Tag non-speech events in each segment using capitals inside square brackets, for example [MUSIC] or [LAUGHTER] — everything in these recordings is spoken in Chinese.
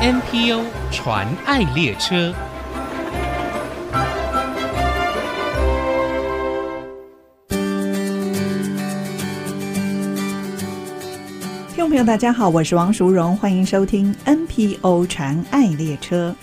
NPO 传爱列车。听众朋友，大家好，我是王淑荣，欢迎收听 NPO 传爱列车。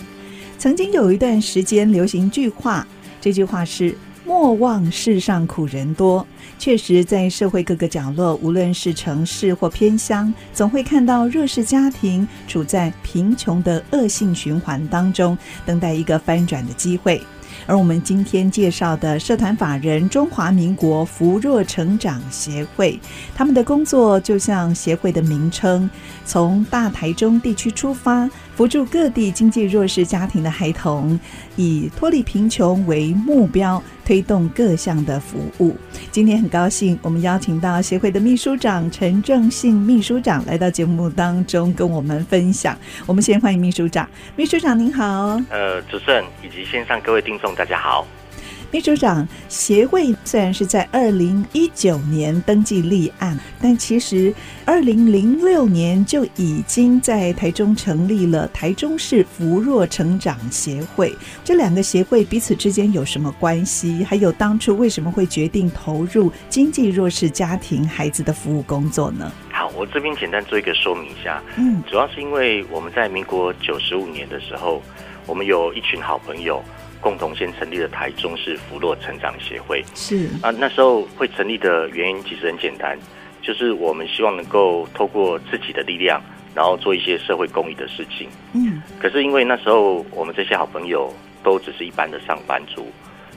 曾经有一段时间流行句话，这句话是“莫忘世上苦人多”。确实，在社会各个角落，无论是城市或偏乡，总会看到弱势家庭处在贫穷的恶性循环当中，等待一个翻转的机会。而我们今天介绍的社团法人中华民国扶弱成长协会，他们的工作就像协会的名称，从大台中地区出发，扶助各地经济弱势家庭的孩童，以脱离贫穷为目标，推动各项的服务。今天很高兴，我们邀请到协会的秘书长陈正信秘书长来到节目当中，跟我们分享。我们先欢迎秘书长，秘书长您好。呃，主持人以及线上各位听众，大家好。秘书长，协会虽然是在二零一九年登记立案，但其实二零零六年就已经在台中成立了台中市扶弱成长协会。这两个协会彼此之间有什么关系？还有当初为什么会决定投入经济弱势家庭孩子的服务工作呢？好，我这边简单做一个说明一下，嗯主要是因为我们在民国九十五年的时候，我们有一群好朋友共同先成立了台中市福洛成长协会。是啊，那时候会成立的原因其实很简单，就是我们希望能够透过自己的力量，然后做一些社会公益的事情。嗯可是因为那时候我们这些好朋友都只是一般的上班族，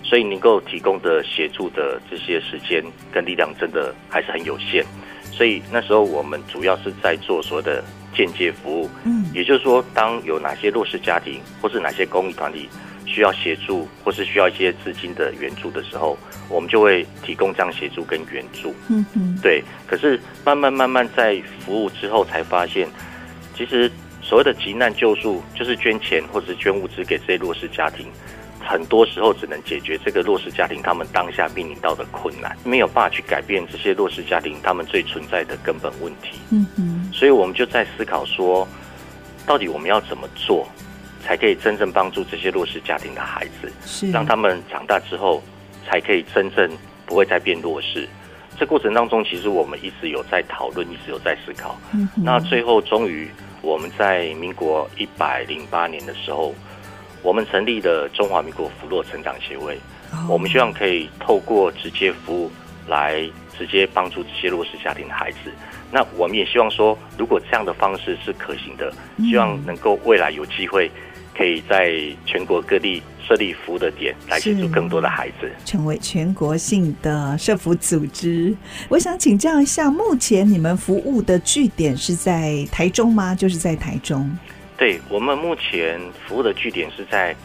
所以能够提供的协助的这些时间跟力量真的还是很有限。所以那时候我们主要是在做所谓的间接服务，嗯也就是说，当有哪些弱势家庭或是哪些公益团体需要协助，或是需要一些资金的援助的时候，我们就会提供这样协助跟援助。嗯嗯对，可是慢慢慢慢在服务之后才发现，其实所谓的急难救助，就是捐钱或者是捐物资给这些弱势家庭，很多时候只能解决这个弱势家庭他们当下面临到的困难，没有办法去改变这些弱势家庭他们最存在的根本问题。嗯嗯所以我们就在思考说，到底我们要怎么做，才可以真正帮助这些弱势家庭的孩子？是让他们长大之后才可以真正不会再变弱势。这过程当中，其实我们一直有在讨论，一直有在思考。嗯哼那最后，终于我们在民国一百零八年的时候，我们成立了中华民国福洛成长协会。哦我们希望可以透过直接服务来直接帮助这些弱势家庭的孩子。那我们也希望说，如果这样的方式是可行的，嗯希望能够未来有机会可以在全国各地设立服务的点，来协助是更多的孩子。成为全国性的社服组织。我想请教一下，目前你们服务的据点是在台中吗？就是在台中。对我们目前服务的据点是在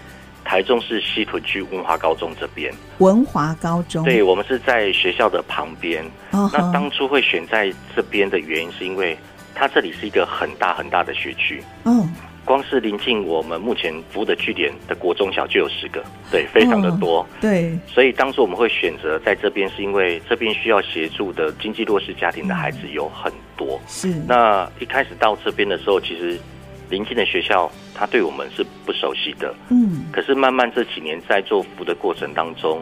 台中市西屯区文华高中这边。文华高中，对，我们是在学校的旁边。哦那当初会选在这边的原因，是因为它这里是一个很大很大的学区。哦，光是临近我们目前服务的据点的国中小就有十个，对，非常的多。嗯对，所以当时我们会选择在这边，是因为这边需要协助的经济弱势家庭的孩子有很多。是那一开始到这边的时候，其实临近的学校他对我们是不熟悉的，嗯可是慢慢这几年在做服务的过程当中，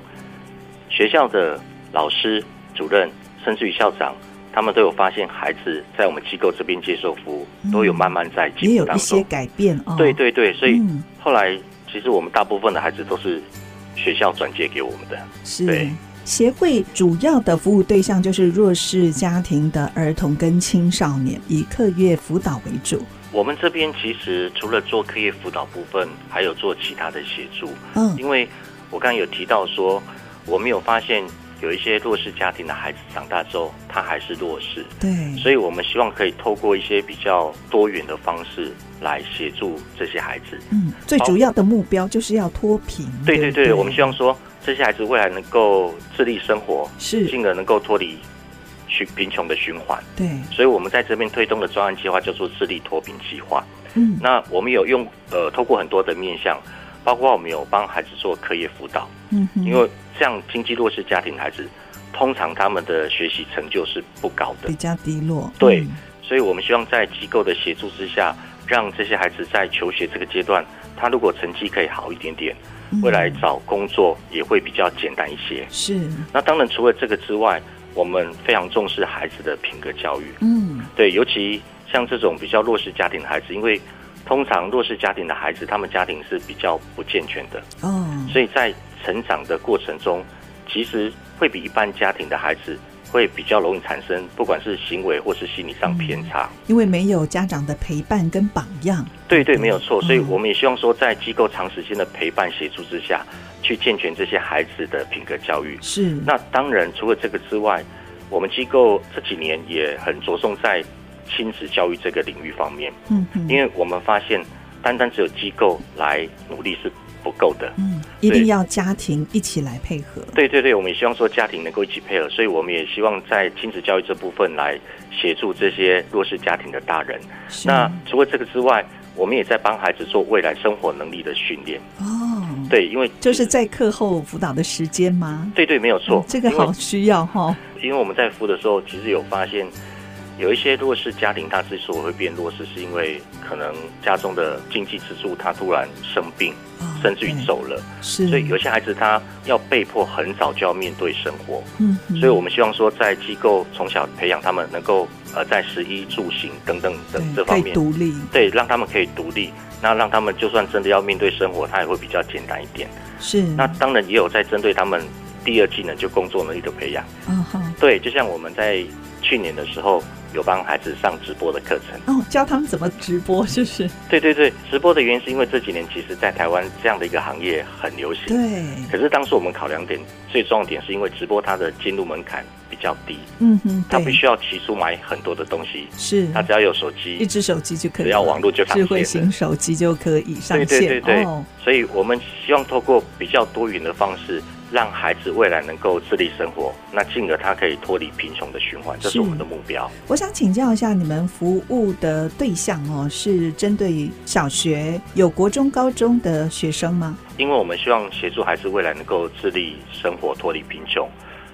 学校的老师、主任，甚至于校长，他们都有发现孩子在我们机构这边接受服务，都有慢慢在也进步有当一些中。改变哦。对对对，所以嗯后来其实我们大部分的孩子都是学校转介给我们的。是对。协会主要的服务对象就是弱势家庭的儿童跟青少年，以课业辅导为主。我们这边其实除了做课业辅导部分，还有做其他的协助。嗯因为我刚刚有提到说，我们有发现有一些弱势家庭的孩子长大之后，他还是弱势，对，所以我们希望可以透过一些比较多元的方式来协助这些孩子。嗯，最主要的目标就是要脱贫。对对对对，我们希望说这些孩子未来能够自立生活，是，进而能够脱离贫贫穷的循环。对，所以我们在这边推动的专案计划叫做“自立脱贫计划”。嗯那我们有用呃，透过很多的面向，包括我们有帮孩子做课业辅导，嗯哼，因为像经济弱势家庭的孩子，通常他们的学习成就是不高的比，较低落。对嗯所以我们希望在机构的协助之下，让这些孩子在求学这个阶段，他如果成绩可以好一点点，嗯未来找工作也会比较简单一些。是，那当然，除了这个之外，我们非常重视孩子的品格教育。嗯，对，尤其像这种比较弱势家庭的孩子，因为通常弱势家庭的孩子，他们家庭是比较不健全的，哦，所以在成长的过程中，其实会比一般家庭的孩子会比较容易产生，不管是行为或是心理上偏差。因为没有家长的陪伴跟榜样，对对，没有错。所以嗯我们也希望说，在机构长时间的陪伴协助之下，去健全这些孩子的品格教育。是，那当然，除了这个之外，我们机构这几年也很着重在亲子教育这个领域方面。嗯哼，因为我们发现，单单只有机构来努力是不够的。嗯，一对定要家庭一起来配合，对对对，我们也希望说家庭能够一起配合，所以我们也希望在亲子教育这部分来协助这些弱势家庭的大人。是那除了这个之外，我们也在帮孩子做未来生活能力的训练。哦，对，因为就是在课后辅导的时间吗？对对，没有错嗯，这个因为好需要哈、因为我们在服务的时候，其实有发现，有一些弱势家庭，他之所以会变弱势，是因为可能家中的经济支柱他突然生病，哦，甚至于对走了。是，所以有些孩子他要被迫很早就要面对生活，嗯哼，所以我们希望说在机构从小培养他们能够呃在食衣住行等等等这对方可以面，独立，对，让他们可以独立，那让他们就算真的要面对生活，他也会比较简单一点。是，那当然也有在针对他们第二技能就工作能力的培养，嗯哼，对，就像我们在去年的时候有帮孩子上直播的课程，哦，教他们怎么直播，是不是？对对对，直播的原因是因为这几年其实在台湾这样的一个行业很流行，对，可是当时我们考量点最重要的点，是因为直播它的进入门槛比较低，嗯哼，它不对，需要提出买很多的东西，是，它只要有手一机，只手机就可以了，只要网络就上智线慧了型手机就可以上对线，对对对哦，，所以我们希望透过比较多元的方式，让孩子未来能够自立生活，那进而他可以脱离贫穷的循环，这是是我们的目标。我想请教一下，你们服务的对象哦，是针对小学有国中、高中的学生吗？因为我们希望协助孩子未来能够自立生活、脱离贫穷，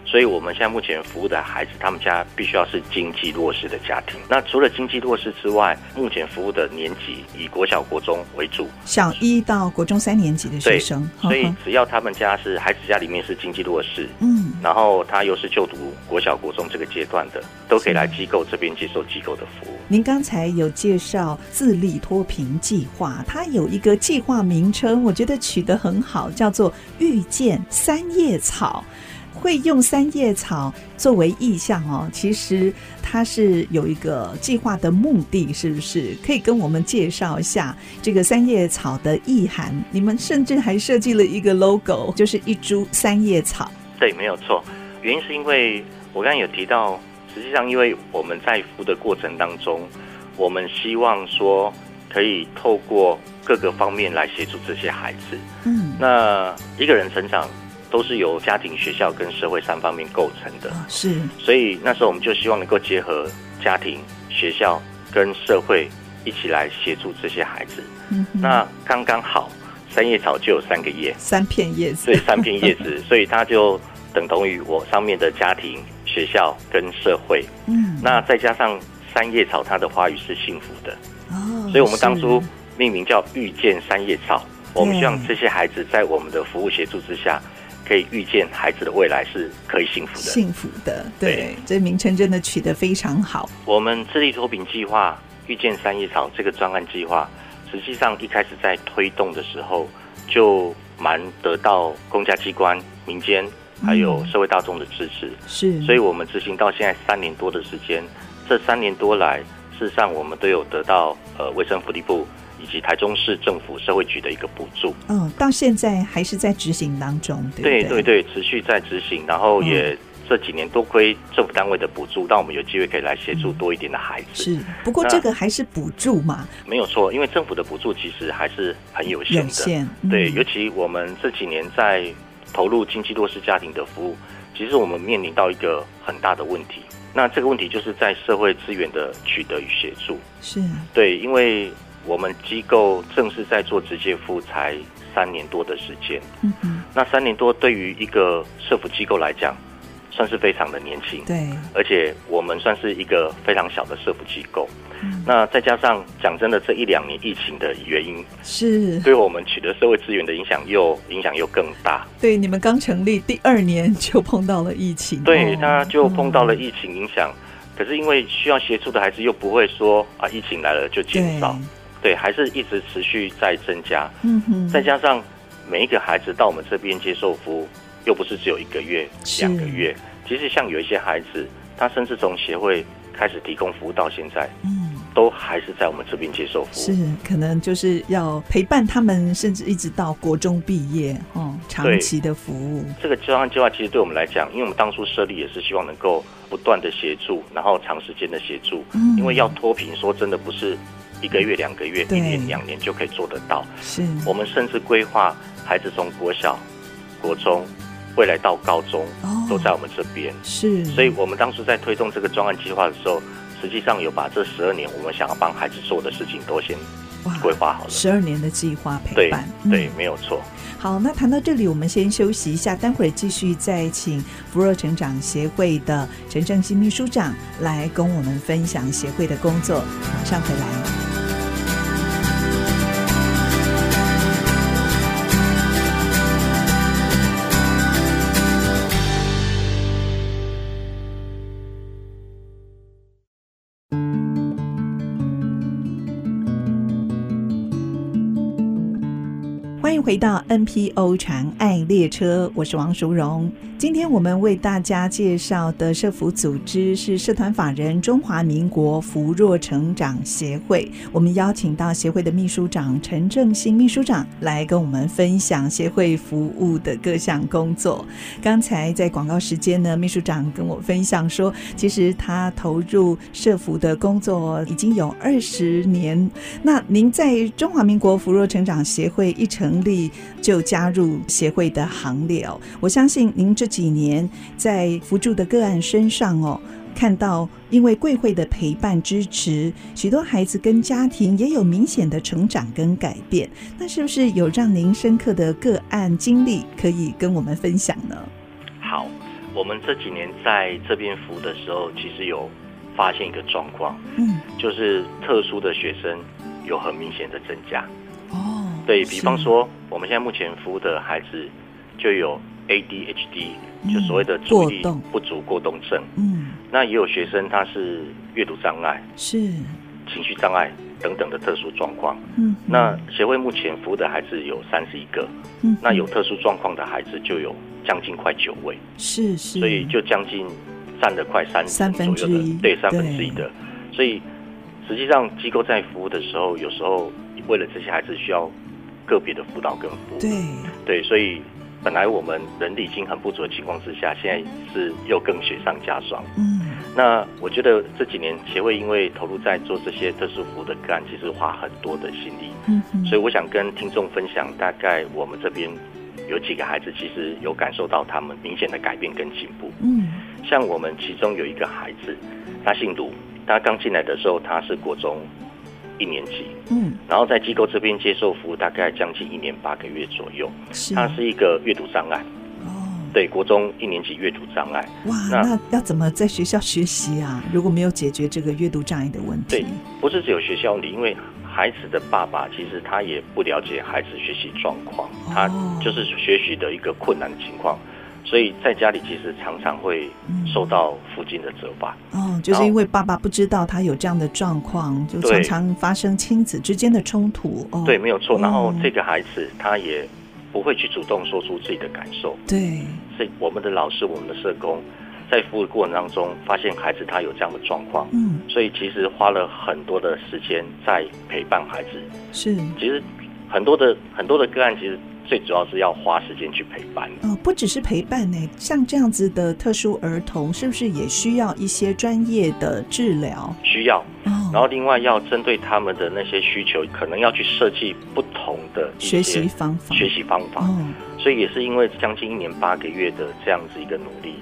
所以我们现在目前服务的孩子，他们家必须要是经济弱势的家庭。那除了经济弱势之外，目前服务的年级以国小、国中为主，小一到国中三年级的学生，所以呵呵只要他们家是孩子家里面是经济弱势，嗯，然后他又是就读国小、国中这个阶段的，都可以来机构这边接受机构的服务。您刚才有介绍自立脱贫计划，它有一个计划名称，我觉得取得很好，叫做“遇见三叶草”。会用三叶草作为意象哦，其实它是有一个计划的目的，是不是？可以跟我们介绍一下这个三叶草的意涵？你们甚至还设计了一个 logo，就是一株三叶草。对，没有错。原因是因为我刚才有提到，实际上因为我们在服务的过程当中，我们希望说可以透过各个方面来协助这些孩子。嗯，那一个人成长都是由家庭、学校跟社会三方面构成的，啊是所以那时候我们就希望能够结合家庭、学校跟社会一起来协助这些孩子。嗯哼那刚刚好，三叶草就有三个叶，三片叶所子以三片叶 [LAUGHS] 子，所以它就等同于我上面的家庭、学校跟社会。嗯那再加上三叶草，它的花语是幸福的，哦所以我们当初是命名叫遇见三叶草。我们对希望这些孩子在我们的服务协助之下，可以遇见孩子的未来是可以幸福的。幸福的，对对，这名称真的取得非常好。我们智力脱贫计划遇见三叶草这个专案计划，实际上一开始在推动的时候，就蛮得到公家机关、民间还嗯有社会大众的支持。是，所以我们执行到现在三年多的时间，这三年多来，事实上我们都有得到呃卫生福利部以及台中市政府社会局的一个补助。嗯，到现在还是在执行当中，对对不对嗯对对，持续在执行，然后也这几年多亏政府单位的补助，让我们有机会可以来协助多一点的孩子。是，不过那这个还是补助嘛，没有错，因为政府的补助其实还是很有限有的。限。嗯对，尤其我们这几年在投入经济弱势家庭的服务，其实我们面临到一个很大的问题。那这个问题就是在社会资源的取得与协助。是，对，因为我们机构正式在做直接服务才三年多的时间，嗯哼，那三年多对于一个社福机构来讲，算是非常的年轻，对，而且我们算是一个非常小的社福机构。嗯那再加上讲真的，这一两年疫情的原因，是对我们取得社会资源的影响又影响又更大。对你们刚成立第二年就碰到了疫情，对，哦那就碰到了疫情影响。可是因为需要协助的孩子又不会说啊，疫情来了就减少，对，还是一直持续在增加。对嗯哼，再加上每一个孩子到我们这边接受服务，又不是只有一个月、是两个月。其实像有一些孩子，他甚至从协会开始提供服务到现在，嗯。都还是在我们这边接受服是务。，可能就是要陪伴他们，甚至一直到国中毕业哦，长对期的服务。这个教案计划其实对我们来讲，因为我们当初设立也是希望能够不断的协助，然后长时间的协助，嗯因为要脱贫，说真的不是一个月、两个月、对一年、两年就可以做得到。是我们甚至规划孩子从国小、国中，未来到高中哦，都在我们这边。是，所以我们当初在推动这个专案计划的时候，实际上有把这十二年我们想要帮孩子做的事情都先哇，规划好了。十二年的计划陪对伴，对嗯，没有错。好，那谈到这里，我们先休息一下，待会儿继续再请福若成长协会的陈正新秘书长来跟我们分享协会的工作。马上回来。欢迎回到 NPO 长爱列车，我是王淑荣。今天我们为大家介绍的社服组织是社团法人中华民国扶弱成长协会。我们邀请到协会的秘书长陈正兴秘书长来跟我们分享协会服务的各项工作。刚才在广告时间呢，秘书长跟我分享说，其实他投入社服的工作已经有二十年那您在中华民国扶弱成长协会一成立就加入协会的行列哦，我相信您这几年在扶助的个案身上哦。看到，因为贵会的陪伴支持，许多孩子跟家庭也有明显的成长跟改变。那是不是有让您深刻的个案经历可以跟我们分享呢？好，我们这几年在这边服务的时候，其实有发现一个状况，嗯，就是特殊的学生有很明显的增加。哦，对比方，说，我们现在目前服务的孩子就有 ADHD，、就所谓的注意嗯过动力不足过动症。嗯，那也有学生他是阅读障碍、是，情绪障碍等等的特殊状况。嗯，那协会目前服务的孩子有三十一个，嗯那有特殊状况的孩子就有将近快九位，是是，所以就将近占了快三嗯三分左右之一的，对三分之对一的。所以实际上机构在服务的时候，有时候为了这些孩子需要个别的辅导跟服务，对，对，所以本来我们人力已经很不足的情况之下，现在是又更雪上加霜。嗯，那我觉得这几年协会因为投入在做这些特殊服务的个案，其实花很多的心力，嗯哼所以我想跟听众分享，大概我们这边有几个孩子其实有感受到他们明显的改变跟进步。嗯像我们其中有一个孩子，他姓卢，他刚进来的时候他是国中一年级，嗯，然后在机构这边接受服务大概将近一年八个月左右。是他是一个阅读障碍，哦，对，国中一年级阅读障碍。哇，那那要怎么在学校学习啊？如果没有解决这个阅读障碍的问题对，不是只有学校里，因为孩子的爸爸其实他也不了解孩子学习状况，哦他就是学习的一个困难的情况，所以在家里其实常常会受到父亲的责罚。哦，就是然后因为爸爸不知道他有这样的状况，就常对常发生亲子之间的冲突。哦，对，没有错。嗯然后这个孩子他也不会去主动说出自己的感受，对，所以我们的老师、我们的社工在服务过程当中发现孩子他有这样的状况。嗯，所以其实花了很多的时间在陪伴孩子。是。其实很多的很多的个案，其实最主要是要花时间去陪伴。呃，不只是陪伴呢，像这样子的特殊儿童，是不是也需要一些专业的治疗？需要，哦，然后另外要针对他们的那些需求，可能要去设计不同的一学些习方法，学习方法。哦，所以也是因为将近一年八个月的这样子一个努力，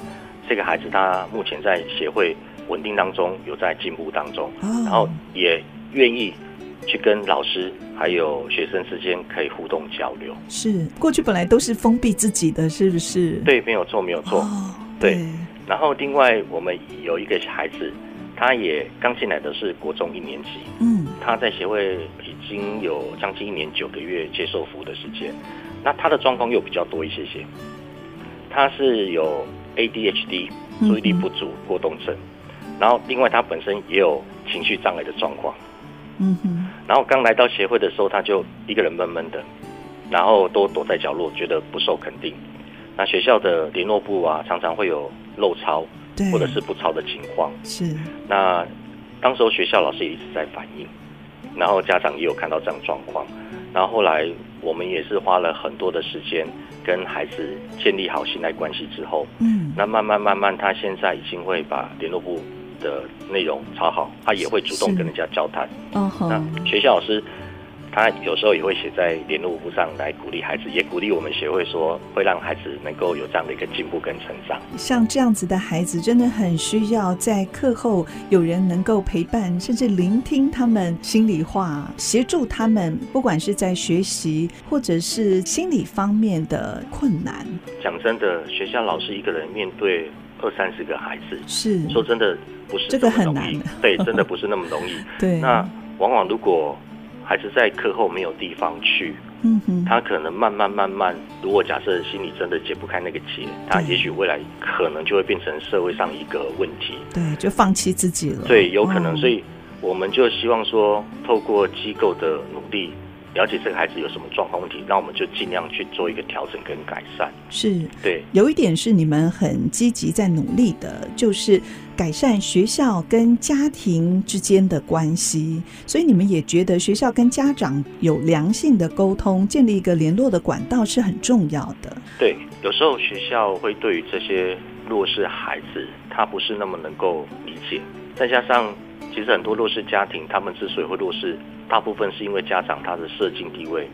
这个孩子他目前在协会稳定当中，有在进步当中，哦然后也愿意去跟老师还有学生之间可以互动交流。是过去本来都是封闭自己的，是不是？对，没有错，没有错。哦，对对，然后另外我们有一个孩子，他也刚进来的是国中一年级，嗯他在协会已经有将近一年九个月接受服务的时间。那他的状况又比较多一些些，他是有 ADHD 嗯注意力不足过动症，然后另外他本身也有情绪障碍的状况。嗯哼，然后刚来到协会的时候，他就一个人闷闷的，然后都躲在角落，觉得不受肯定。那学校的联络部啊，常常会有漏抄对，或者是不抄的情况。是那当时候学校老师也一直在反映，然后家长也有看到这样状况，然后后来我们也是花了很多的时间跟孩子建立好信赖关系之后，嗯那慢慢慢慢，他现在已经会把联络部的内容抄好，他也会主动是跟人家交谈。哦吼那学校老师。他有时候也会写在联络簿上来鼓励孩子，也鼓励我们协会说会让孩子能够有这样的一个进步跟成长。像这样子的孩子，真的很需要在课后有人能够陪伴，甚至聆听他们心里话，协助他们，不管是在学习或者是心理方面的困难，讲真的，学校老师一个人面对二三十个孩子，是说真的不是这个那么容很易难，对，真的不是那么容易。 [LAUGHS] 对。那往往如果孩子在课后没有地方去，嗯哼，他可能慢慢慢慢，如果假设心里真的解不开那个结，他对也许未来可能就会变成社会上一个问题。对，就放弃自己了。对，有可能，哦所以我们就希望说，透过机构的努力，了解这个孩子有什么状况问题，那我们就尽量去做一个调整跟改善。是对，有一点是你们很积极在努力的，就是改善学校跟家庭之间的关系，所以你们也觉得学校跟家长有良性的沟通，建立一个联络的管道是很重要的。对，有时候学校会对于这些弱势孩子，他不是那么能够理解。再加上，其实很多弱势家庭，他们之所以会弱势，大部分是因为家长他的社经地位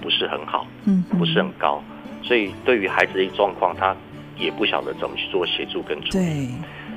不是很好，嗯哼，不是很高，所以对于孩子的状况，他也不晓得怎么去做协助跟处理。对，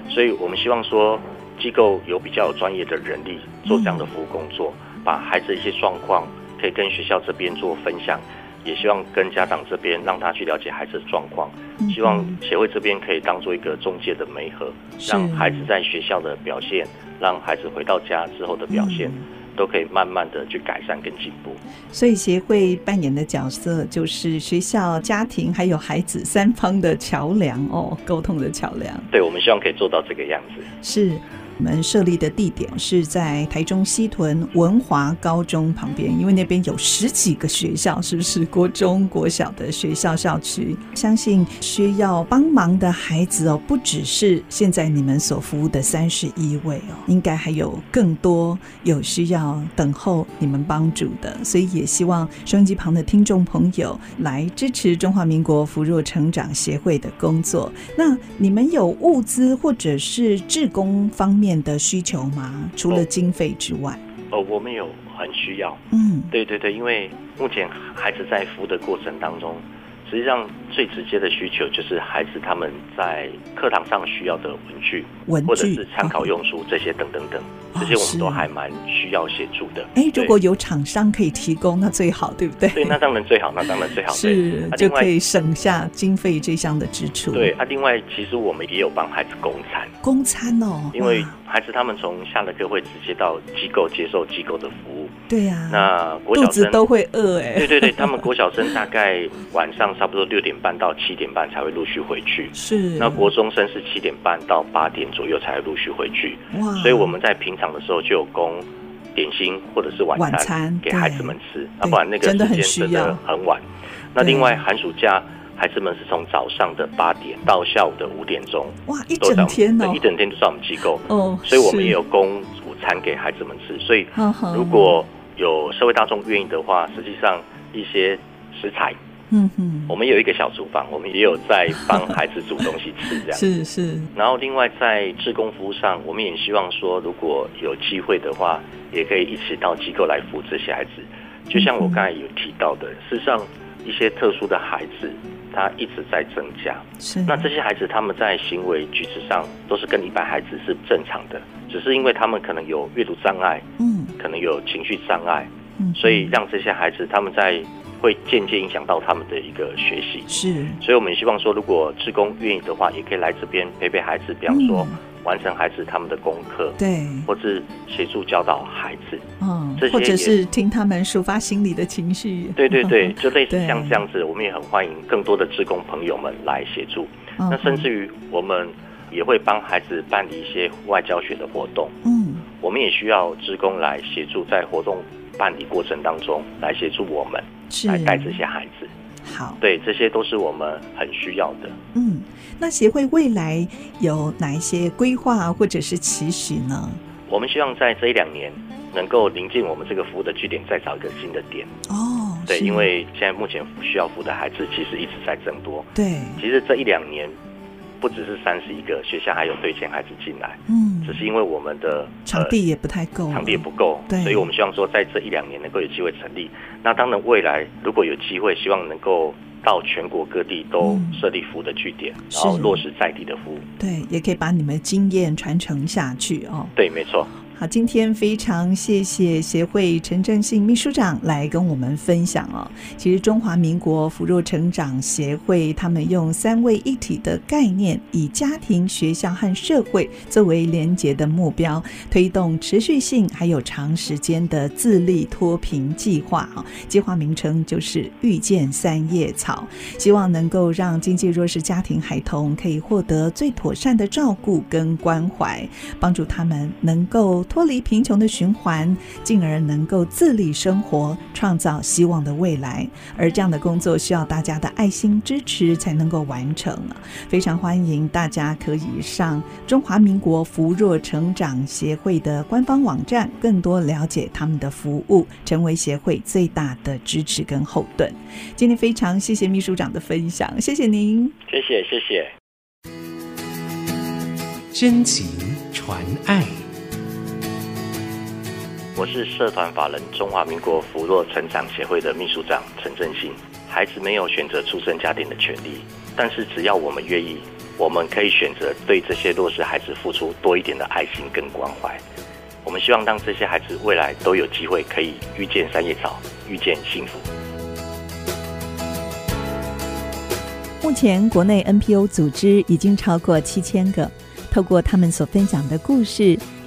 所以我们希望说，机构有比较有专业的人力做这样的服务工作，把孩子的一些状况可以跟学校这边做分享，也希望跟家长这边让他去了解孩子的状况，嗯哼希望协会这边可以当做一个中介的媒合，让孩子在学校的表现，让孩子回到家之后的表现嗯，都可以慢慢的去改善跟进步。所以协会扮演的角色就是学校、家庭还有孩子三方的桥梁哦，沟通的桥梁。对，我们希望可以做到这个样子。是我们设立的地点是在台中西屯文华高中旁边，因为那边有十几个学校，是不是？国中、国小的学校校区，相信需要帮忙的孩子哦，不只是现在你们所服务的三十一位哦，应该还有更多有需要等候你们帮助的，所以也希望收音机旁的听众朋友来支持中华民国扶弱成长协会的工作。那你们有物资或者是志工方面的需求吗？除了经费之外，哦，我们有很需要。嗯，对对对，因为目前孩子在服务的过程当中，实际上最直接的需求就是孩子他们在课堂上需要的文具，啊哦文或者具是参考。用书这些等等等，这些我是们都还蛮需要协助的。哎、如对果有厂商可以提供，那最好，对不对？对，那当然最好，那当然最好。对是啊、就另外可以省下经费这项的支出。对，啊，另外其实我们也有帮孩子供餐，公餐哦，因为哇孩子他们从下了课会直接到机构接受机构的服务。对啊呀、那国肚小子生都会饿哎、对对对，他们国小生大概晚上差不多六点半到七点半才会陆续回去。是那国中生是七点半到八点左右才陆续回去，哇，所以我们在平常的时候就有供点心或者是晚晚餐餐给对孩子们吃，要对不然那个真的很时间需真要的很晚。那对另外寒暑假。孩子们是从早上的八点到下午的五点钟，哇一都在整我们天哦对一，整天都在我们机构，哦，所以我们也是有供午餐给孩子们吃。所以呵呵如果有社会大众愿意的话，实际上一些食材，嗯哼我们有一个小厨房，我们也有在帮孩子煮东西吃这 [LAUGHS] 样。是是然后另外在志工服务上，我们也希望说，如果有机会的话，也可以一起到机构来服务这些孩子。就像嗯我刚才有提到的，事实上一些特殊的孩子，他一直在增加。是那这些孩子他们在行为举止上都是跟一般孩子是正常的，只是因为他们可能有阅读障碍，嗯可能有情绪障碍，嗯所以让这些孩子他们在会间接影响到他们的一个学习。是，所以我们也希望说，如果志工愿意的话，也可以来这边陪陪孩子，比方说嗯完成孩子他们的功课，对，或是协助教导孩子。嗯这，些或者也是听他们抒发心里的情绪。对对对，，就类似嗯对像这样子，我们也很欢迎更多的志工朋友们来协助。嗯那甚至于我们也会帮孩子办理一些户外教学的活动，嗯，我们也需要志工来协助，在活动办理过程当中来协助我们是来带这些孩子。好，对，这些都是我们很需要的。嗯，那协会未来有哪一些规划或者是期许呢？我们希望在这一两年能够临近我们这个服务的据点，再找一个新的点。哦，对，是因为现在目前需要服务的孩子其实一直在增多。对，其实这一两年不只是三十一个学校，还有推荐孩子进来，嗯只，是因为我们的呃场、地也不太够，呃、场地也不，够，哦对所以我们希望说在这一两年能够有机会成立。那当然，未来如果有机会，希望能够到全国各地都嗯设立服务的据点，是然后落实在地的服务。对，也可以把你们的经验传承下去哦。对，没错。好，今天非常谢谢协会陈正信秘书长来跟我们分享哦。其实中华民国扶弱成长协会，他们用三位一体的概念，以家庭、学校和社会作为连结的目标，推动持续性还有长时间的自立脱贫计划啊、哦。计划名称就是“遇见三叶草”，希望能够让经济弱势家庭孩童可以获得最妥善的照顾跟关怀。帮助他们能够脱离贫穷的循环，进而能够自理生活，创造希望的未来。而这样的工作需要大家的爱心支持才能够完成啊非常欢迎大家可以上中华民国扶弱成长协会的官方网站，更多了解他们的服务，成为协会最大的支持跟后盾。今天非常谢谢秘书长的分享，谢谢您。谢谢，谢谢。真情传爱。我是社团法人中华民国扶弱成长协会的秘书长陈振兴。孩子没有选择出生家庭的权利，但是只要我们愿意，我们可以选择对这些弱势孩子付出多一点的爱心跟关怀。我们希望让这些孩子未来都有机会可以遇见三叶草，遇见幸福。目前，国内 NPO 组织已经超过七千个。透过他们所分享的故事，